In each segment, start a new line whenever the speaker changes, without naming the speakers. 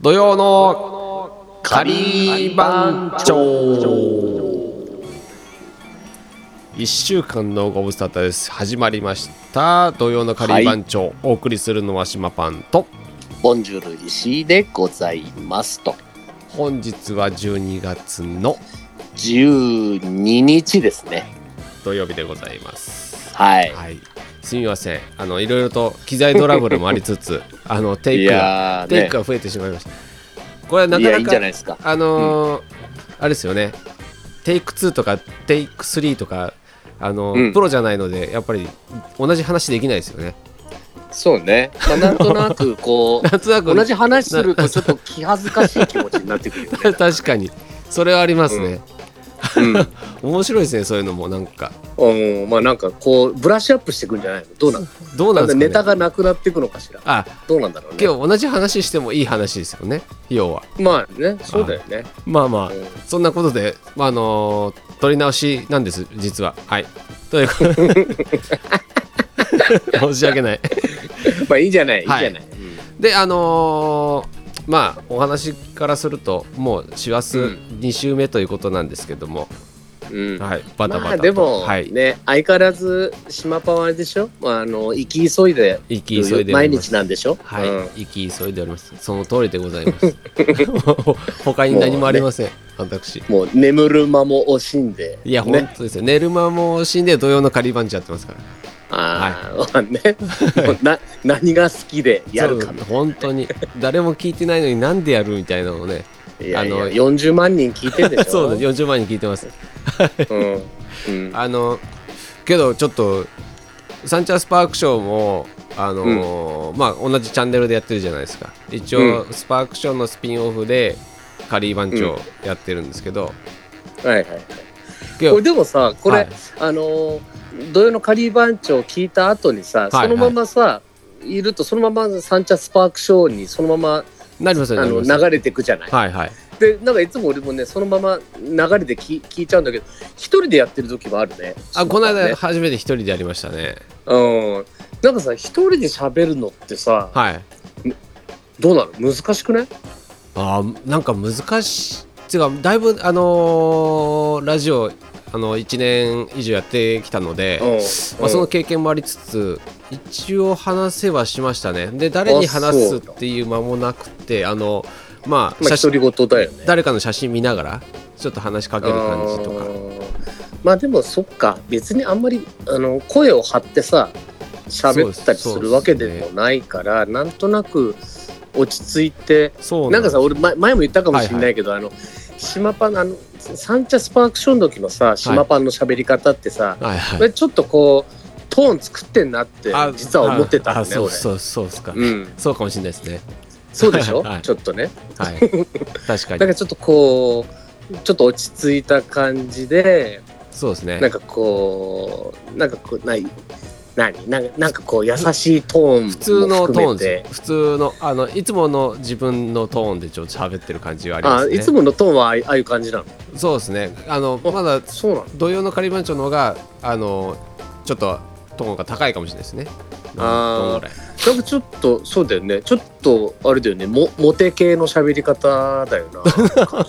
土曜の仮番長一週間のご無沙汰です始まりました土曜の仮番長、お送りするのは島パンと
ボンジュール石井でございますと。
本日は12月の
12日ですね。
土曜日でございます
はい。
はいすみませんあのいろいろと機材トラブルもありつつあのテ
い
イクが
やー
テイ
ね
ク。が増えてしまいましたこれはないかな
や、い
い
んじ
か
ゃないですか。
あのーあれですよね、テイク2とかテイク3とか、あのー
うん
プロじゃないので、やっぱり同じ話できないです よね。
そうね。まあ、なんとなく、こ
なんと な
う、
く、
同じ話するとちょっと気恥ずかしい気持ちになってくるよね。
確かに、それはありますね。
うん
面白いですね、そういうのも、なんか。
うん。まあ、なんかこう、ブラッシュアップしていくんじゃないのどうなん
どうな
なんん
でか、ね、
ですネタがなくなっていくのかしら。
あ
どうなんだろうね
今。日同じ話してもいい話ですよね、要は。
まあね、そうだよね。
まあま
うん
あ、そんなことで、まああのー、撮り直しなんです、実は。はい。ということ で。申し訳ない。
まあ、いいじゃない、いいじゃな
は
い。
い
うん
であのーまあお話からするともう師走
うん
2週目ということなんですけども、
うん
はいバタバタと、
まあでも、
はい
ね相変わらず島パワーでしょ、まあ、あの行き急いで
行き急いでおり
毎
ま
日
す
なんでしょ
はい、
うん
行き急いでおりますその通りでございます 他に何もありません、私
もう眠る間も惜しんで
いや、
ね
本当ですよ寝る間も死んで土曜の仮番地やってますから
あー、ねもう な何が好きでやる
そ
か
う本当に誰も聞いてないのになんでやるみたいなのをね
いやいや
あの
40万人聞いてるでしょ
そうです40万人聞いてます
うんうん
あのけどちょっとサンチャスパークショーもあのーまあ同じチャンネルでやってるじゃないですか一応、スパークショーのスピンオフでカリー番長やってるんですけど、
はいはい
けど
これでもさこれ、
はい
あのー土曜の仮番長聞いた後にさ
い
そのままさ、いるとそのままサンチャスパークショーにそのまま
なります
あ
よなり
の
ますよ
流れていくじゃない、
はいはい
でなんかいつも俺もねそのまま流れで聞聞いちゃうんだけど一人でやってる時もあるね
あこの間
ね
初めて一人でやりましたね
うんなんかさ一人で喋るのってさ
はい
どうなの難しくない
あーなんか難しい違うだいぶあのーラジオあの1年以上やってきたので、
うん
まあ、その
う
経験もありつつ一応話せはしましたねで誰に話すっていう間もなくてあのまあ
んまあ
写真
独り言だよね
誰かの写真見ながらちょっと話しかける感じと
あ
か
ーまあでもそっか別にあんまりあの声を張ってさ喋ったりするわけでもないから、なんとなく落ち着いて
そう
なんかさ
です
俺前前も言ったかもしれないけど、あの島パンあのサンチャスパークションの時のさ島パンの喋り方ってさ、
はいは
こ
い
れちょっとこうトーン作ってんなって
あ
実は思ってた
あ
ん
あ
ね
そう
俺
そうそうですか、
うん、
そうかもしれないですね
そうでし ょ、
はい
ちょっとね
はい確か
なん
に
かちょっとこうちょっと落ち着いた感じで
そうですね
なんかこうなんかこうない何なんかなんかこう優しいトーン
普通のトーン
で
です普通のあのいつもの自分のトーンでちょっと喋ってる感じがありま
あ
すね
いつものトーンはああいああいう感じなの
そうですねあのまだ
そうなの
土曜のカリバンチョの方があのちょっとトーンが高いかもしれないですね。
あー
トーンぐらい
なんかちょっとそうだよねちょっとあれだよねモモテ系の喋り方だよ な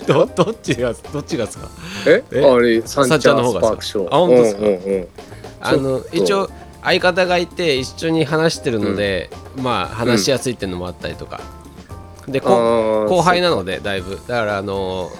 どどっちがどっちがですか。
え
え
あれサンチャ
サンチャの方
ー
が
スパークショー
あ本当ですか
うんうんうん
あの一応相方がいて一緒に話してるので、まあ話しやすいっていうのもあったりとか。でこ
あー
後輩なのでだいぶだからあの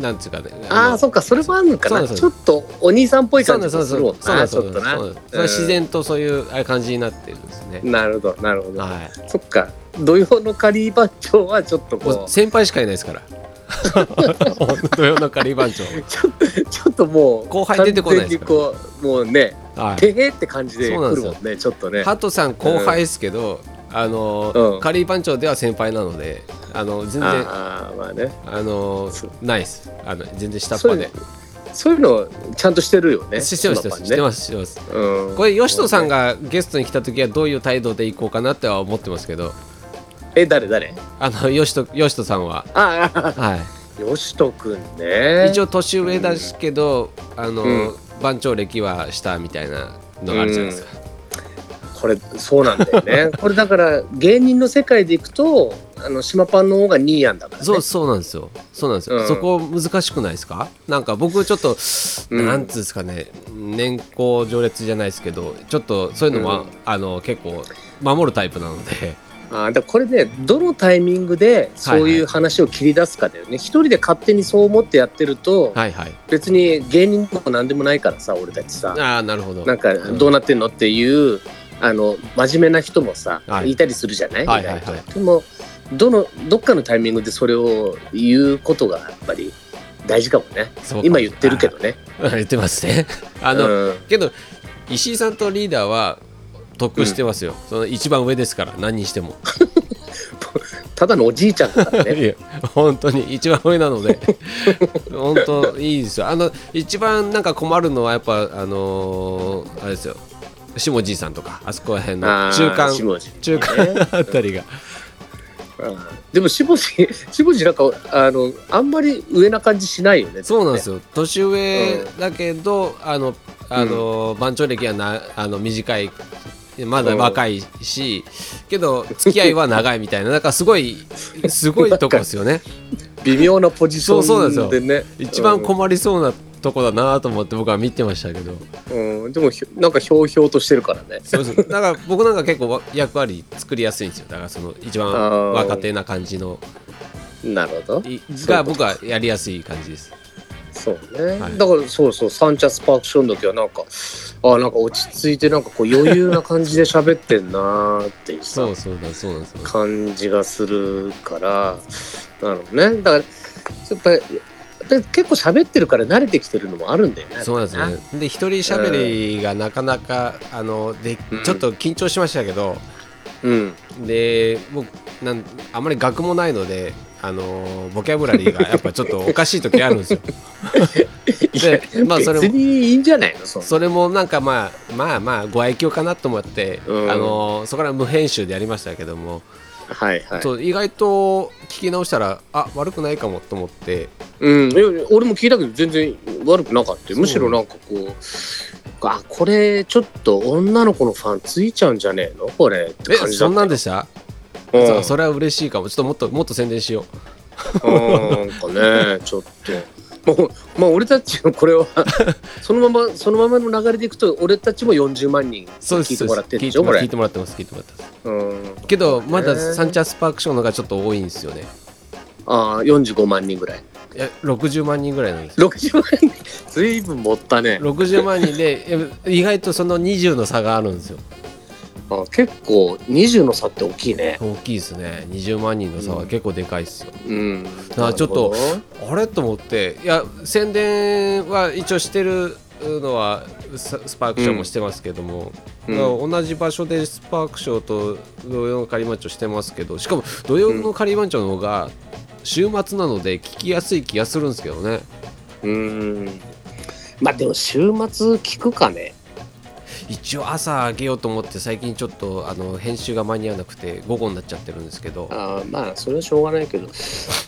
なんつうかね。
ああ
そ
そっかそれもあるのかな
そうなんです
ちょっとお兄さんっぽ
う
い感じ
そう
も
そ
す
う
るもん
そうなん
な
ですそ
ち
う
ょ
なん
っ
で
と
すそうなんで
な
すそれは自然とそういうああいう感じになってるんですね
う。んなるほどなるほど
はい。
そっか土曜のカリー番長はちょっと
も
こ
う
う
先輩しかいないですから。 土曜のカリバン長。
ちょっとちょっともう
後輩出てこないですから
完全にこうもうね
はい。
てへって感じで
そうなんで
来る
すよ
もんねちょっとね
ハトさん後輩ですけど、あの、
うん
カリー番長では先輩なので、あの全然あ
ああまあね
の
そう
ないです。あの全然下っ
そ
端
うい
で
う。そういうのちゃんとしてるよね
ししてますして
島
ます
パン
して
ね
ますしてます。
うん
これ吉野さんがゲストに来た時はどういう態度で行こうかなっては思ってますけど、
え誰誰
あの吉野吉野さんは。
ああ
は
吉とくんね
い、一応年上だしけど、あの、
うん
番長歴は下みたいなのがあるじゃないですか、
これそうなんだよねこれだから芸人の世界でいくとあの島パンの方が2位やんだから、ね、
そうそうなんですよそうなんですよ、
うん
そこ難しくないですかなんか僕ちょっと、
うん
なんつうんですかね年功序列じゃないですけどちょっとそういうのは、
うん
あの結構守るタイプなので
あーだからこれねどのタイミングでそう
はい
い
は
う話を切り出すかだよね、一人で勝手にそう思ってやってると、
はいはい
別に芸人でも何でもないからさ俺たちさ
ああなるほど
なんか
うん
どうなってんのっていうあの真面目な人もさ、
はい
い、たりするじゃない,、
はいはいはい
意外とでもどのどっかのタイミングでそれを言うことがやっぱり大事かもね
そうか
今言ってるけどね
あー 言ってますねあの、
うん
けど石井さんとリーダーは得してますよ、その一番上ですから何にしても
ただのおじいちゃんだからね
いや本当に一番上なの で本当いいですよあの一番なんか困るのはやっぱあのーあれですよ下地さんとかあそこら辺の
あー
中間
下地
中間あたりが
うんでもしぼじし ぼじなんかあのあんまり上な感じしないよね
そうなんですすよ年上だけど、あのあの、番長歴はなあの短いまだ若いし、けど付き合いは長いみたいななんかすごいすごいとこです よね
微妙なポジション
そうそうなんですよ
でね
一番困りそうなとこだなと思って僕は見てましたけど
うんうんでもひょなんかひょうひょうとしてるからね
そうそうだから僕なんか結構わ役割作りやすいんですよだからその一番
あー
若手な感じの
なるほど
い
そう
が僕はやりやすい感じです
そうね、
はい
だからそうそうサンチャスパークションの時はなんかあなんか落ち着いてなんかこう余裕な感じで喋ってんなーっていうさ
そうそうだそうなんですよ
感じがするからなるほどねだからやっぱりやっぱり結構喋ってるから慣れてきてるのもあるんだよね
そうなんですよねで一人喋りがなかなかあので
うん
ちょっと緊張しましたけど
うん
で僕なんあまり学もないのであのボキャブラリーがやっぱちょっとおかしい時あるんです よで
いや
まあそれも
別にいいんじゃないのそんな
それもなんかまあまあまあご愛嬌かなと思って、
うん
あのそこから無編集でやりましたけども、
はいはい
そう意外と聞き直したらあ悪くないかもと思って
うん、いや俺も聞いたけど全然悪くなかった
そ
よ
う
むしろなんかこうあこれちょっと女の子のファンついちゃうんじゃねえのこれって
え
感じ
そ
だった
んなんでした、
うん
そうそれは嬉しいかもちょっともっともっと宣伝しよ
うんなん かねちょっともうまあ俺たちのこれはそのままそのままの流れでいくと俺たちも40万人
うそう
聞いてもらってる
聞
んで
い
してょ
も
こ
ら聞い
れ
てもらってます聞いてもらってます
うん
けどまだ
ね
サンチャスパークションの方がちょっと多いんですよね
あー45万人ぐらい
いや60万人ぐらいなんですよ
60万 人ずいぶん持ったね
60万人でえ意外とその20の差があるんですよ
あー結構20の差って大きいね
大きいですね20万人の差は結構でかいですよ、
うん
あちょっと
なるほど
あれと思っていや宣伝は一応してるのはススパークショーもしてますけども、
うん
だから同じ場所でスパークショーと土曜のカリマンチョしてますけどしかも土曜のカリマンチョの方が週末なので聞きやすい気がするんですけどね
うーんまあでも週末聞くかね。
一応朝あげようと思って最近ちょっとあの編集が間に合わなくて午後になっちゃってるんですけど
あーまあそれはしょうがないけど、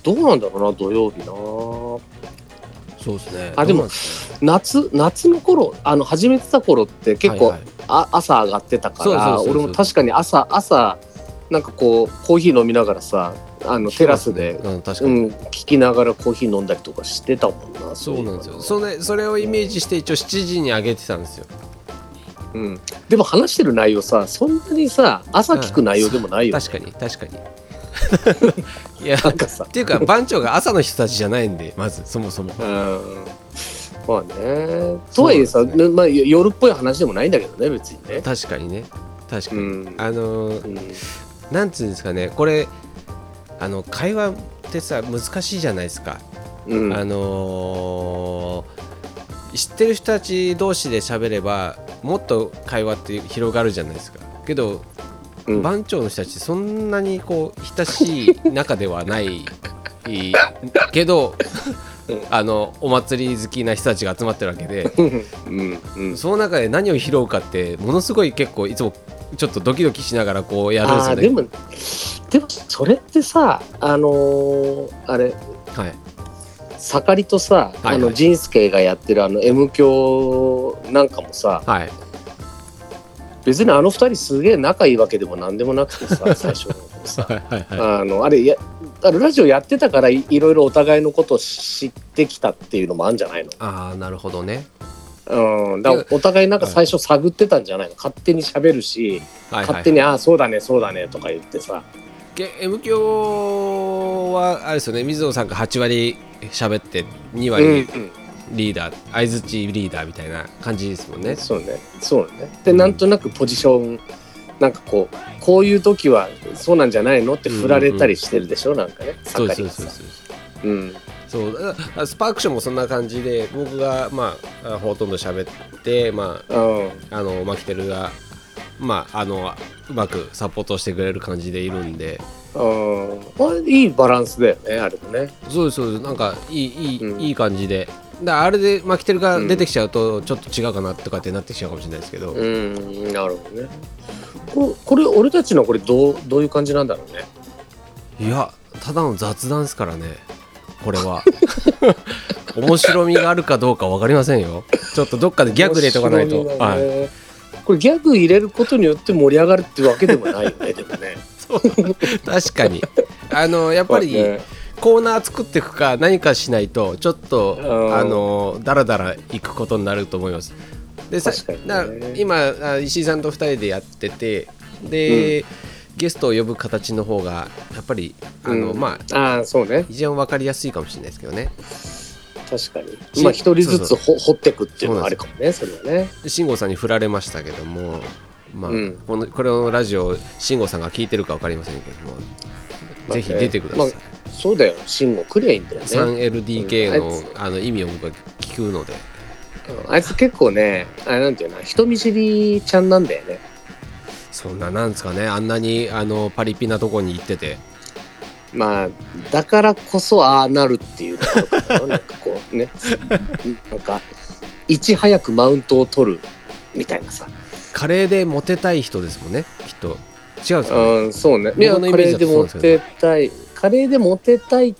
どうなんだろうな、土曜日な。
そうですね
あでも
どうなんすかね
夏、夏の頃、あの、始めてた頃って結構、
はいはい
あ朝上がってたか
そうそうそう
ら、
そう
俺も確かに朝、朝、なんかこう、コーヒー飲みながらさ、あの、テラスで、
うん、確か
う
に、
ん、聞きながらコーヒー飲んだりとかしてたもんな。
そうなんですよ
そうい
それそれをイメージして一応7時にあげてたんですよ
えばな、うん。でも話してる内容さ、そんなにさ、朝聞く内容でもないよ。
確かに確かに いやっ
なんかさ、
ていうか番長が朝の人たちじゃないんでまずそもそも
うんまあね。とはいえ
そ
さ、
うなんですね
ねまあ、よ夜っぽい話でもないんだけどね、別にね。
確かにね確か
う
に、
ん。
あのー
うん
なんつうんですかねこれあの会話ってさ難しいじゃないですか、
うん
あのー知ってる人たち同士で喋ればもっと会話って広がるじゃないですかけど、
うん
番長の人たちそんなにこう親しい仲ではない いいけど
うん
あのお祭り好きな人たちが集まってるわけで
うんうん
その中で何を拾うかってものすごい結構いつもちょっとドキドキしながらこうやるんです
あ
よ
ー
ね。
でも、でもそれってさ、あのーあれ、
はい、
さかりとさ、
はい
あの、仁助がやってるあの、M 教なんかもさ、
はい、
別にあの二人すげえ仲いいわけでもなんでもなくてさ、最初のどさ
はいはいはい
あのあれやあのラジオやってたからいいろいろお互いのことを知ってきたっていうのもあるんじゃないの
ああなるほどね
うん、だからお互いなんか最初探ってたんじゃないの、勝手に喋るし、
はいはい
勝手に「ああそうだねそうだね」とか言ってさ
け M 響はあれですよね水野さんが8割喋って2
うん
割リーダー相づちリーダーみたいな感じですもん
うん
ね
そうねそうねで
うん
なんとなくポジションなんかこうこういう時はそうなんじゃないのって振られたりしてるでしょ、なんかね
そうです
盛
そうで
りが
すそう
さ
です
うん
そうだからスパークションもそんな感じで僕がまああほとんど喋ってま
うん
ああのマキテルがまああのうまくサポートしてくれる感じでいるんで
うんあれいいバランスだよねあれもね
そうですそうですなんかいいいい、
うん
いい感じでだからあれでマキテルが出てきちゃうとちょっと違うかなとかってなってきちゃうかもしれないですけど、
うんなるほどねここれ俺たちのこれどうどういう感じなんだろうね
いやただの雑談ですからねこれは 面白みがあるかどうか分かりませんよちょっとどっかでギャグ入れとかないと、
面白
はいい、
ねこれギャグ入れることによって盛り上がるってわけでもないよねでもね
確かにあのやっぱり、
ね
コーナー作っていくか何かしないとちょっと
うん
あのだらだらいくことになると思います。でさ
確かにね
だから今あ石井さんと2人でやっててで、ゲストを呼ぶ形の方がやっぱりあの、
うん
まあ
ああそうね
一番分かりやすいかもしれないですけどね
確かに
し
まあ一人ずつ
そう
ほ掘ってくっていうのはあるかもねそれはね
で慎吾さんに振られましたけども、まあ
うん
このこれのラジオ慎吾さんが聞いてるか分かりませんけども、
まあ
ぜ
ね
ひ出てください、
まそうだよ慎吾くりゃいいんだよね
3LDK の,、
うん
あの意味を僕は聞くので
あいつ結構ねあれなんていうな人見知りちゃんなんだよね
そんななんですかねあんなにあのパリピなとこに行ってて
まあだからこそああなるっていうとこ ろかななんかこうねなんかいち早くマウントを取るみたいなさ
カレーでモテたい人ですもんねきっと違うんですかね
うん、そうね。い
僕
や、
の
カ
イメー
レ
ジだ
ー
と
で
そう
モ
ですけ
テたい。カレーでモテたい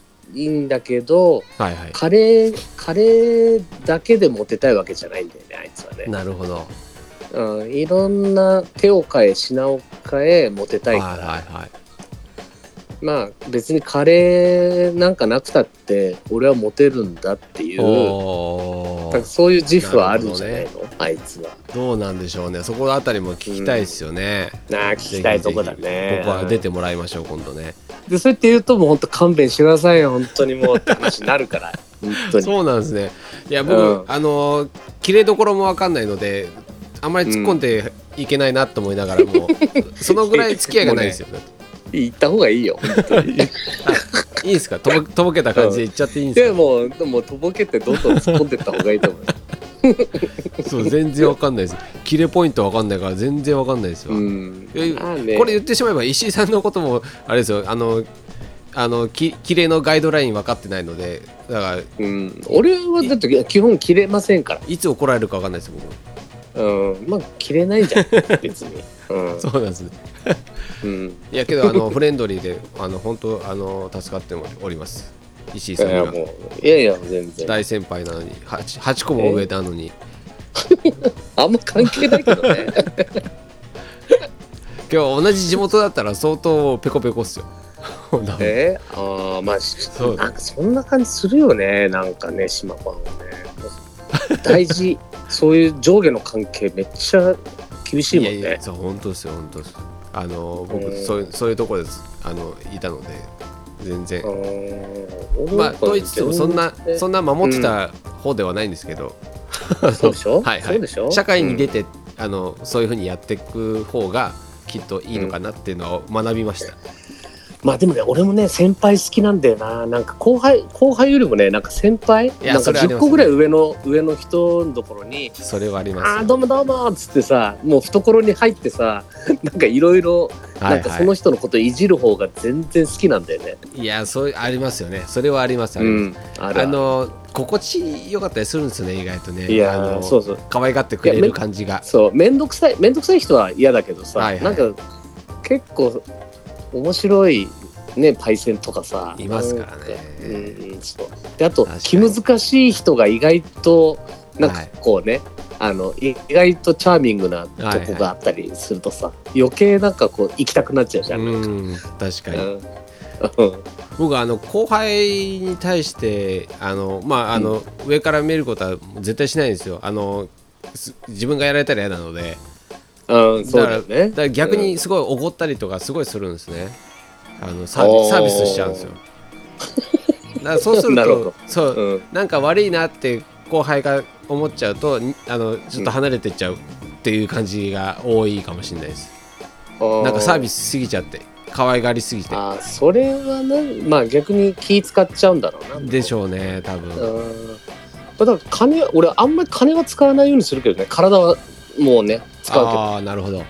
んだけど、
はいはい
カレー、カレーだけでモテたいわけじゃないんだよね、あいつはね。
なるほど
うん、いろんな手を変え、品を変え、モテた
はい
い
は
か
い
ら。
はい
まあ、別にカレーなんかなくたって、俺はモテるんだっていう、
お
なんか
ー
そういう自負はあるんじゃないの、あいつは。
どうなんでしょうねそこあたりも聞きたいですよね、
なあ、聞きたいとこだね。
僕は出てもらいましょう今度ね
で、そうやって言うと、もう本当勘弁してくださいよ、本当にもうって話になる から。本当に。
そうなんですねいや僕、
うん
あの切れどころも分かんないのであんまり突っ込んでいけないなと思いながらも、そのぐらい付き合いがないですよね
行った方がいいよ。
いいですかとぼとぼけた感じで言っちゃっていいんです
で
か、
もう、もうとぼけてどんどん突っ込んでった方がいいと思う。
そう全然わかんないですキレポイントわかんないから全然わかんないですよ、
うん
いやいや
まあね
これ言ってしまえば石井さんのこともあれですよあのあのきキレのガイドライン分かってないのでだから
うん、俺はだって基本切れませんか
いつ怒られるかわかんないです僕
ら。うん、まあ切れないじ ゃん、別に。うん、
そうなんですね
うん、
いやけどあのフレンドリーであの本当あの助かっております石井
い
さん
や
が
もういやいや全然
大先輩なのに 8, 8個も上なのに
あんま関係ないけ どね
今日同じ地元だったら相当ペコペコっす よ
えああまあ
そう
なんかそんな感じするよねなんかね島パンはね大事 そういう上下の関係めっちゃ厳しいもんね
いやいやそう本当ですよ本当ですあの僕、
うん
そういうそういうとこですあのいたので全然
うん
まあドイツもそんな
全然
そんな守ってた方ではないんですけど、
そうでしょ、
はいはい
そうでしょ
社会に出
て、
て、あのそういうふうにやっていく方がきっといいのかなっていうのを学びました、
うんまあでもね俺もね先輩好きなんだよななんか後輩後輩よりもねなんか先
い
輩
や
なん
そ
か
れはありま
10
すね
個ぐらい上の上の人のところに
それはあり
「
ますよ
あーどうもどうも」っつってさもう懐に入ってさ なんかいろいろ
は
ないんか
は
その人のこといじる方が全然好きなんだよね。
い、いやそういうありますよねそれはありますあり
う
ます、
ん、ある
あ
あの
の心地よかったりするんですよね意外とね
い
あ
やー
の
そうそう
可愛がってくれる感じが
そう面倒くさい面倒くさい人は嫌だけどさ、
はいはい
なんか結構面白いねパイセンとかさ
いますからね
なんかうんうんそうであと
確かに
気難しい人が意外となんかこうね、あの意外とチャーミングなと
はいは
こ
い
があったりするとさ、余計なんかこう行きたくなっちゃうじゃん。うん
うん確かに
うん
僕はあの後輩に対してあの、まああの上から見ることは絶対しないんですよあのす自分がやられたら嫌なので
うん、そうだよね。
だから逆
う
に
ん
すごい怒ったりとかすごいするんですねあのサー
おー
ビサービスしちゃうんです よだからそうする
なるほ
と
ど
そう、
うん
なんか悪いなって後輩が思っちゃうとにあのちょっと離れてっちゃうっていう感じが多いかもしれないです、なんかサービ
ス
スしすぎちゃって可愛がりすぎて
あーそれはねまあ逆に気使っちゃうんだろうな
でしょうね多分、
うんだから金俺あんまり金は使わないようにするけどね体はもうね使う
ああなるほどなる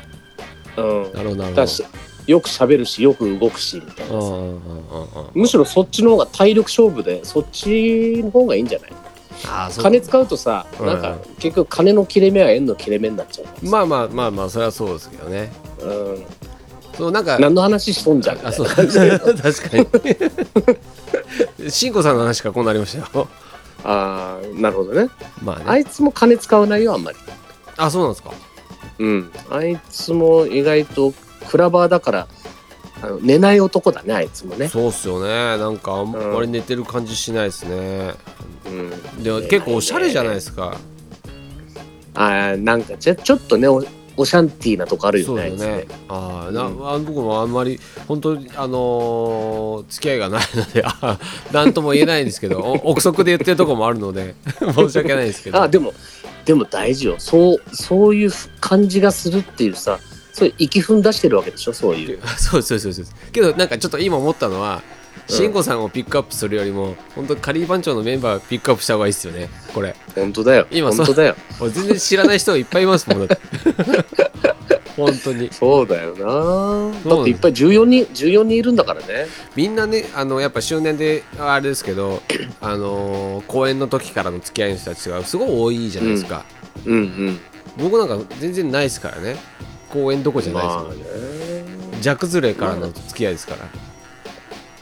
けど、うん、だ
ほどなるほ
か
ど
らしよく喋るしよく動くしみたいなさ
うんうんうんうんうん
むしろそっちの方が体力勝負でそっちの方がいいんじゃない
あーそう
金使うとさ、
うん
なんか結局金の切れ目は円の切れ目になっちゃうからさ、
まあまあまあまあそれはそうですけどね
うん、
そうなんか
何の話しとんじゃんみた
あ
い
そう
な
確
感じで
かにしんこさんの話からこうなりましたよ
ああなるほどね
まあ
あ
ね
いつも金使わないよあんまり
あそうなんですか
うん、あいつも意外とクラバーだからあの寝ない男だねあいつもね、
そうっすよねなんかあんまり寝てる感じしないですね、
うん、
でも結構おしゃれじゃないですか、
あーなんかちょちょっとねおオシャンティーなとこあるよ
そう
ね
だよ
あい
ね
つ
ああ、
うん
なあ僕もあんまり本当にあのー付き合いがないのであ何とも言えないんですけどお 憶測で言ってるとこもあるので申し訳ないですけど
あでもでも大事よそうそういう感じがするっていうさそういう息踏ん出してるわけでしょそういう
そう そうそうそうけどなんかちょっと今思ったのは
うん
慎吾さんをピックアップするよりも本当カリー番長のメンバーをピックアップした方がいいですよねこれ
本当だよ
今そう
本当だよ
俺全然知らない人いっぱいいますもんだって 本当に
そうだよな
そう
だっていっぱい14人14人いるんだからね
みんなねあのやっぱ周年であれですけ どあのー公演の時からの付き合いの人たちがすごい多いじゃないですか、
うんうん
僕なんか全然ないですからね公演どこじゃないですもん
まあね
弱ずれからの付き合いですから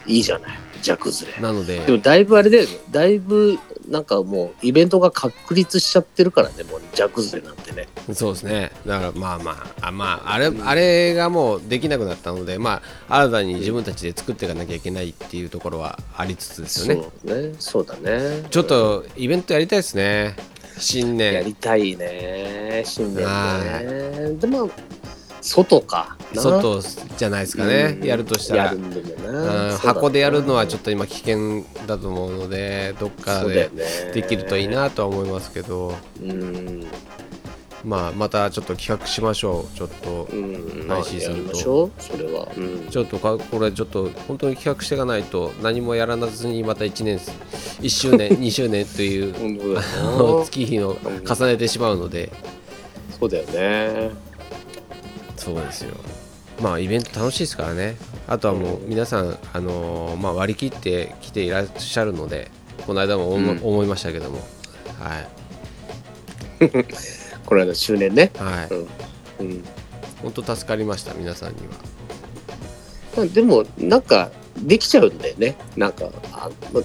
いいじゃない弱ずれ
なので
でもだいぶあれだよねだいぶなんかもうイベントが確立しちゃってるからねもう弱崩れなんてね
そうですねだからまあまああまああれあれがもうできなくなったのでまあ新たに自分たちで作っていかなきゃいけないっていうところはありつつですよね
そうねそうだね
ちょっとイベントやりたいですね新
や
年
りたいね新年
は
ねでも外かな
外じゃないですかね
うん
やるとしたら
やるんだよな
うん
そうだ
箱でやるのはちょっ
と
と今危険だと思うのでどっか
そうだよ
で
ね
できるといいなとは思いますけど
うん
まあまたちょっと企画しましょうちょっと
うん
配信すると
やりましょうそれはうん
ちょっとかこれちょっと本当に企画していかないと何もやらなずにまた1年1周年 2周年という
本当だよな
あの 月日を重ねてしまうので
そうだよね
そうですよまあイベント楽しいですからねあとはもう皆さん、あのーまあ、割り切って来ていらっしゃるのでこの間も思,、
うん
思いましたけどもはい
この間周年ね
はい
うんうん
本当助かりました皆さんには
まあ、でもなんかできちゃうんだよねなんかあ、まあ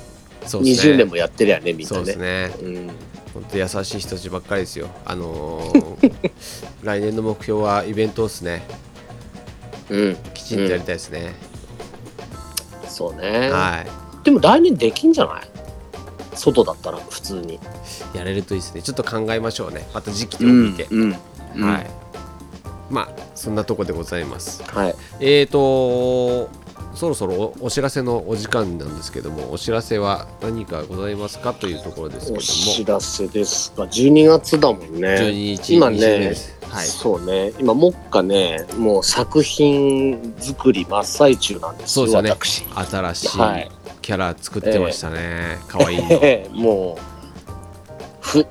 そうですね
20年もやってりゃねみん
そ
な
うです
ね
ね
うん
本当優しい人たちばっかりですよあの ー来年の目標はイベントですね
うん
きちんとやりたいですね、
そうね、
は
でも来年できんじゃない外だったら普通に
いやれるといいですねちょっと考えましょうねまた時期を見て、
うんうん
はいまあそんなとこでございます
はい
えーとそろそろおお知らせのお時間なんですけどもお知らせは何かございますかというところですけ
お知
ども
らせですが12月だもん
12
ね
日
今ね
2週目ですはい
そうね今目下ねもう作品作り真っ最中なんです
そうですよね
私
新しい
はい
キャラ作ってましたね、可愛 いの
ええもうふ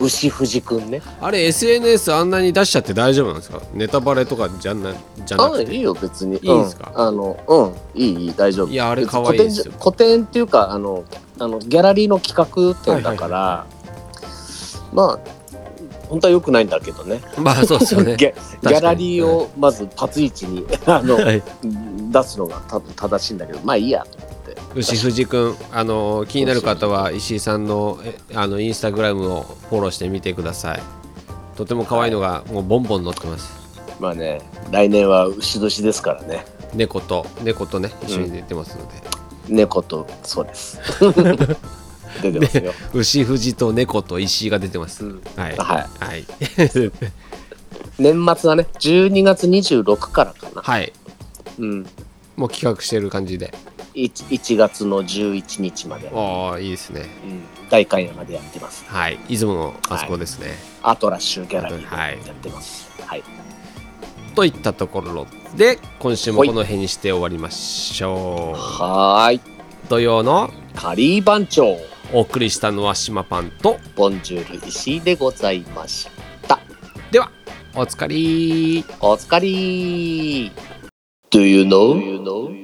牛藤くんね
あれ SNS あんなに出しちゃって大丈夫なんですかネタバレとかじゃなじゃな
あ
く
いい
て
よ別
い
に
いですか
うん、あのうんいいいい大丈夫
いやあれ
別に
可愛いですよ
個展じゃ個展っていうかあのあのギャラリーの企画展だから、まあ本当は良くないんだけどね
まあそうですよね
ギャ
かに
ギャラリーをまず立ち位置に あの
はい
出すのが多分正しいんだけどまあいいやと思って
牛藤君あの気になる方は石井さんのえあのインスタグラムをフォローしてみてくださいとても可愛いのがもうボンボン乗ってます
まあね、来年は牛年ですからね。
猫と猫とね一緒に出てますので、
猫と、そう です。出てますよ。
牛藤と猫と石井が出てます、
うん
はい
はい。
はい、
年末はね、
12月26からかな。
はい、
うん。
もう企画してる感じで
1, 1月の11日まで、
ああいいですね
うん、大観山でやってます。
はい出雲のあそこですね、
アトラッシュギャラリ
はい
ーでやってます。はい。
といったところで今週もこの辺にして終わりましょ
はーい。
う土曜の
カリー番長、
お送りしたのは島パンと
ボンジュール石井でございました。
ではおつかりー
お疲れ Do you know? Do you know?